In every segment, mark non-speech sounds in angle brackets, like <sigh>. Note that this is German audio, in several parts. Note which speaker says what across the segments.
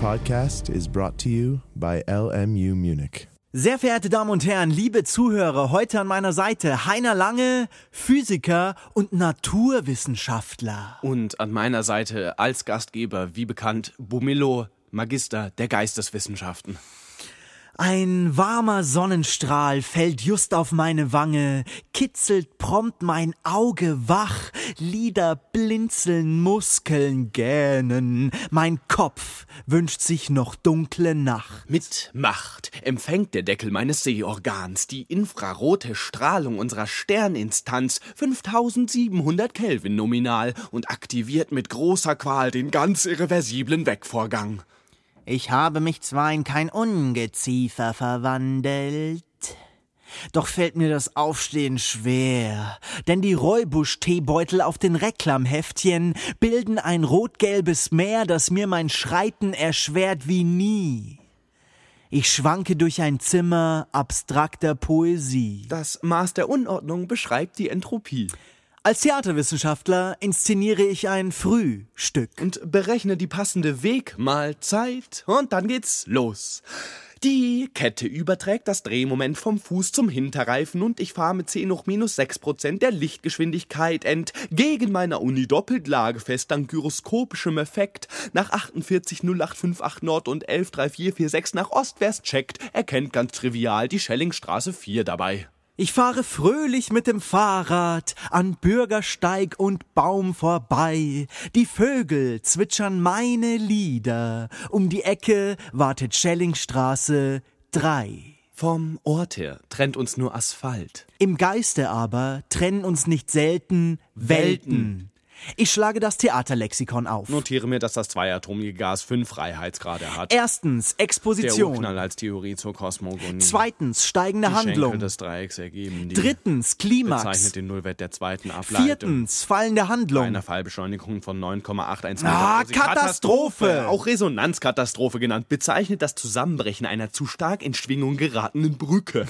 Speaker 1: podcast is brought to you by LMU Munich.
Speaker 2: Sehr verehrte Damen und Herren, liebe Zuhörer, heute an meiner Seite Heiner Lange, Physiker und Naturwissenschaftler.
Speaker 3: Und an meiner Seite als Gastgeber, wie bekannt, Bumillo, Magister der Geisteswissenschaften.
Speaker 2: Ein warmer Sonnenstrahl fällt just auf meine Wange, kitzelt prompt mein Auge wach, Lider blinzeln, Muskeln gähnen, mein Kopf wünscht sich noch dunkle Nacht.
Speaker 3: Mit Macht empfängt der Deckel meines Sehorgans die infrarote Strahlung unserer Sterninstanz 5700 Kelvin nominal und aktiviert mit großer Qual den ganz irreversiblen Wegvorgang.
Speaker 2: Ich habe mich zwar in kein Ungeziefer verwandelt, doch fällt mir das Aufstehen schwer, denn die Räubusch-Teebeutel auf den Reklamheftchen bilden ein rot-gelbes Meer, das mir mein Schreiten erschwert wie nie. Ich schwanke durch ein Zimmer abstrakter Poesie.
Speaker 3: Das Maß der Unordnung beschreibt die Entropie
Speaker 2: Als Theaterwissenschaftler inszeniere ich ein Frühstück.
Speaker 3: und berechne die passende Wegmahlzeit und dann geht's los. Die Kette überträgt das Drehmoment vom Fuß zum Hinterreifen und ich fahre mit 10 hoch minus 6 Prozent der Lichtgeschwindigkeit entgegen meiner Uni doppelt lagefest dank gyroskopischem Effekt. Nach 480858 Nord und 113446 nach Ost, wer's checkt, erkennt ganz trivial die Schellingstraße 4 dabei.
Speaker 2: Ich fahre fröhlich mit dem Fahrrad an Bürgersteig und Baum vorbei. Die Vögel zwitschern meine Lieder. Um die Ecke wartet Schellingstraße 3.
Speaker 3: Vom Ort her trennt uns nur Asphalt.
Speaker 2: Im Geiste aber trennen uns nicht selten Welten. Ich schlage das Theaterlexikon auf.
Speaker 3: Notiere mir, dass das zweiatomige Gas fünf Freiheitsgrade hat.
Speaker 2: Erstens
Speaker 3: Der
Speaker 2: Exposition.
Speaker 3: Urknall als Theorie zur Kosmogonie.
Speaker 2: Zweitens steigende
Speaker 3: Schenkel
Speaker 2: Handlung.
Speaker 3: des Dreiecks ergeben die.
Speaker 2: Drittens
Speaker 3: Bezeichnet
Speaker 2: Klimax.
Speaker 3: den Nullwert der zweiten Ableitung.
Speaker 2: Viertens fallende
Speaker 3: Bei
Speaker 2: Handlung.
Speaker 3: einer Fallbeschleunigung von 9,81 Meter.
Speaker 2: Ah,
Speaker 3: pro Sekunde.
Speaker 2: Katastrophe!
Speaker 3: Auch Resonanzkatastrophe genannt. Bezeichnet das Zusammenbrechen einer zu stark in Schwingung geratenen Brücke.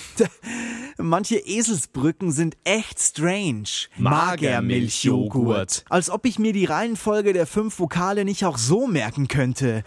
Speaker 2: Manche Eselsbrücken sind echt strange.
Speaker 3: Magermilchjoghurt.
Speaker 2: Als ob ich mir die Reihenfolge der fünf Vokale nicht auch so merken könnte.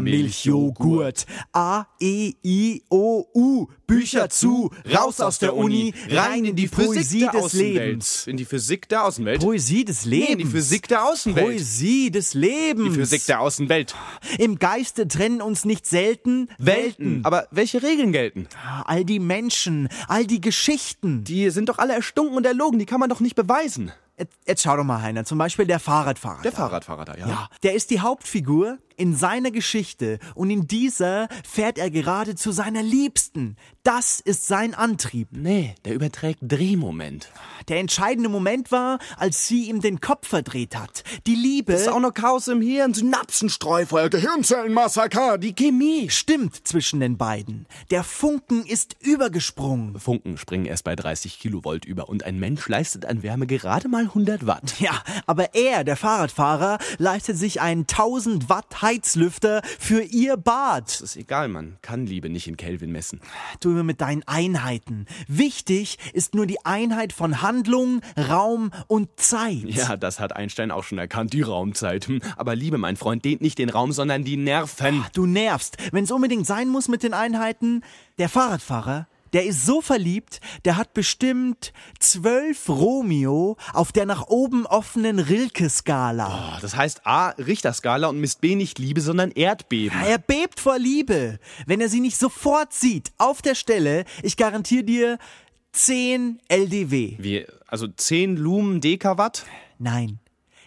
Speaker 2: Magermilchjoghurt. A, E, I, O, U. Bücher zu, raus aus der Uni, rein in die Poesie
Speaker 3: Physik der
Speaker 2: des
Speaker 3: Außenwelt.
Speaker 2: Lebens.
Speaker 3: In die Physik der Außenwelt.
Speaker 2: Poesie des Lebens.
Speaker 3: Nee, in die Physik der Außenwelt.
Speaker 2: Poesie des Lebens.
Speaker 3: Die Physik der Außenwelt.
Speaker 2: Im Geiste trennen uns nicht selten Welten.
Speaker 3: Aber welche Regeln gelten?
Speaker 2: All die Menschen, all die Geschichten.
Speaker 3: Die sind doch alle erstunken und erlogen. Die kann man doch nicht beweisen.
Speaker 2: Jetzt, jetzt schau doch mal, Heiner, zum Beispiel der Fahrradfahrer.
Speaker 3: Der Fahrradfahrer da, ja.
Speaker 2: ja, der ist die Hauptfigur in seiner Geschichte und in dieser fährt er gerade zu seiner Liebsten. Das ist sein Antrieb.
Speaker 3: Nee, der überträgt Drehmoment.
Speaker 2: Der entscheidende Moment war, als sie ihm den Kopf verdreht hat. Die Liebe
Speaker 3: Ist auch noch Chaos im Hirn, Synapsenstreufeuer, Gehirnzellenmassaker, die Chemie.
Speaker 2: stimmt zwischen den beiden. Der Funken ist übergesprungen.
Speaker 3: Funken springen erst bei 30 Kilovolt über und ein Mensch leistet an Wärme gerade mal 100 Watt.
Speaker 2: Ja, aber er, der Fahrradfahrer, leistet sich einen 1000 Watt Heizlüfter für ihr Bad.
Speaker 3: Ist egal, man kann Liebe nicht in Kelvin messen.
Speaker 2: Du immer mit deinen Einheiten. Wichtig ist nur die Einheit von Handlung, Raum und Zeit.
Speaker 3: Ja, das hat Einstein auch schon erkannt, die Raumzeit. Hm, Aber Liebe, mein Freund, dehnt nicht den Raum, sondern die Nerven.
Speaker 2: Du nervst, wenn es unbedingt sein muss mit den Einheiten. Der Fahrradfahrer, der ist so verliebt, der hat bestimmt zwölf Romeo auf der nach oben offenen Rilke-Skala.
Speaker 3: Oh, Das heißt A, Richterskala und misst B nicht Liebe, sondern Erdbeben.
Speaker 2: Er bebt vor Liebe, wenn er sie nicht sofort sieht, auf der Stelle. Ich garantiere dir 10 LDW.
Speaker 3: Wie, also 10 Lumen Dekawatt?
Speaker 2: Nein,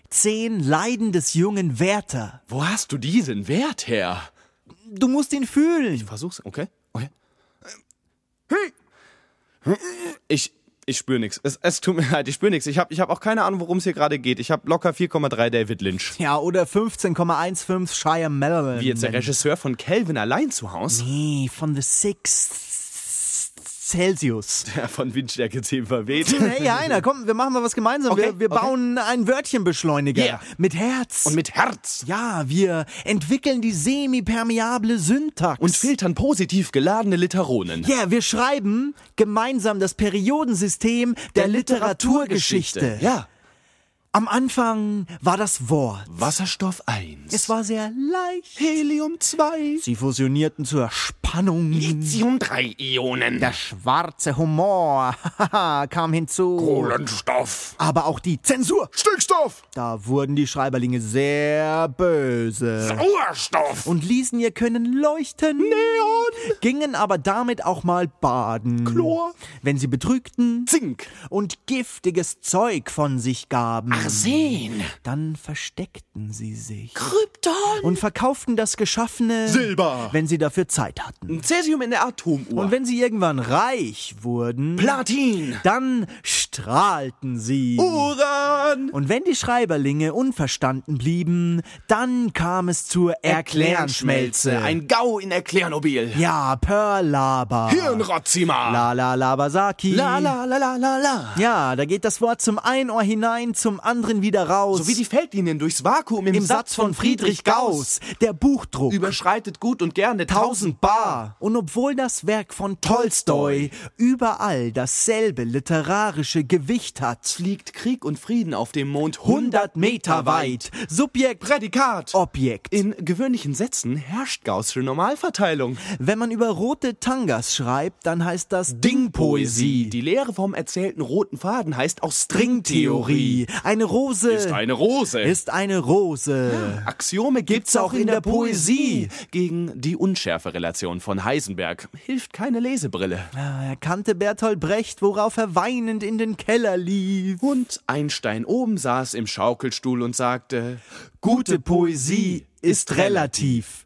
Speaker 2: 10 Leiden des jungen Werther.
Speaker 3: Wo hast du diesen Wert her?
Speaker 2: Du musst ihn fühlen.
Speaker 3: Versuch's, okay? Okay. Ich, ich spüre nichts. Es, es tut mir leid, ich spüre nichts. Ich habe ich hab auch keine Ahnung, worum es hier gerade geht. Ich habe locker 4,3 David Lynch.
Speaker 2: Ja, oder 15,15 Shire Mellon.
Speaker 3: Wie jetzt der Regisseur von Calvin allein zu Hause? <laughs>
Speaker 2: Nee, E von The Six Celsius.
Speaker 3: Der von Windstärke
Speaker 2: <laughs>
Speaker 3: 10 verweht.
Speaker 2: Hey Heiner, komm, wir machen mal was gemeinsam.
Speaker 3: Okay,
Speaker 2: wir wir
Speaker 3: okay.
Speaker 2: bauen einen Wörtchenbeschleuniger.
Speaker 3: Yeah.
Speaker 2: Mit Herz.
Speaker 3: Und mit Herz.
Speaker 2: ja, wir entwickeln die semipermeable Syntax.
Speaker 3: Und filtern positiv geladene Literonen.
Speaker 2: Ja, wir schreiben gemeinsam das Periodensystem der, Literaturgeschichte.
Speaker 3: Ja.
Speaker 2: Am Anfang war das Wort.
Speaker 3: Wasserstoff 1.
Speaker 2: Es war sehr leicht.
Speaker 3: Helium 2.
Speaker 2: Sie fusionierten zur Spannung.
Speaker 3: Lithium 3 Ionen.
Speaker 2: Der schwarze Humor <laughs> kam hinzu.
Speaker 3: Kohlenstoff.
Speaker 2: Aber auch die Zensur.
Speaker 3: Stickstoff.
Speaker 2: Da wurden die Schreiberlinge sehr böse.
Speaker 3: Sauerstoff.
Speaker 2: Und ließen ihr Können leuchten.
Speaker 3: Neon.
Speaker 2: Gingen aber damit auch mal baden.
Speaker 3: Chlor.
Speaker 2: Wenn sie betrügten
Speaker 3: Zink.
Speaker 2: und giftiges Zeug von sich gaben.
Speaker 3: Arsen.
Speaker 2: Dann versteckten sie sich.
Speaker 3: Krypton.
Speaker 2: und verkauften das Geschaffene
Speaker 3: Silber.
Speaker 2: wenn sie dafür Zeit hatten.
Speaker 3: Cäsium in der Atomuhr.
Speaker 2: Und wenn sie irgendwann reich wurden,
Speaker 3: Platin.
Speaker 2: dann strahlten sie.
Speaker 3: Oh, Uran.
Speaker 2: Und wenn die Schreiberlinge unverstanden blieben, dann kam es zur Erklärenschmelze.
Speaker 3: Ein Gau in Erklärnobil.
Speaker 2: ja, Perlaba.
Speaker 3: Hirnrotzima.
Speaker 2: La la la Basaki.
Speaker 3: la la la la.
Speaker 2: Ja, da geht das Wort zum einen Ohr hinein, zum anderen wieder raus.
Speaker 3: So wie die Feldlinien durchs Vakuum im,
Speaker 2: im Satz von Friedrich Gauss, der Buchdruck.
Speaker 3: überschreitet gut und gerne
Speaker 2: 1000
Speaker 3: 1000
Speaker 2: Bar. Und obwohl das Werk von Tolstoi überall dasselbe literarische Gewicht hat,
Speaker 3: Fliegt Krieg und Frieden auf dem Mond
Speaker 2: 100 Meter weit, Subjekt,
Speaker 3: Prädikat.
Speaker 2: Objekt.
Speaker 3: In gewöhnlichen Sätzen herrscht Gaußsche Normalverteilung.
Speaker 2: Wenn man über rote Tangas schreibt, dann heißt das Dingpoesie.
Speaker 3: Die Lehre vom erzählten roten Faden heißt auch Stringtheorie.
Speaker 2: Dingtheorie. Eine Rose
Speaker 3: Rose.
Speaker 2: ist eine Rose.
Speaker 3: Axiome gibt's auch in der Poesie. Gegen die Unschärferelation von Heisenberg hilft keine Lesebrille.
Speaker 2: Er kannte Bertolt Brecht, worauf er weinend in den Keller lief.
Speaker 3: Und Einstein oben saß im Schaukelstuhl und sagte,
Speaker 2: Gute Poesie ist relativ.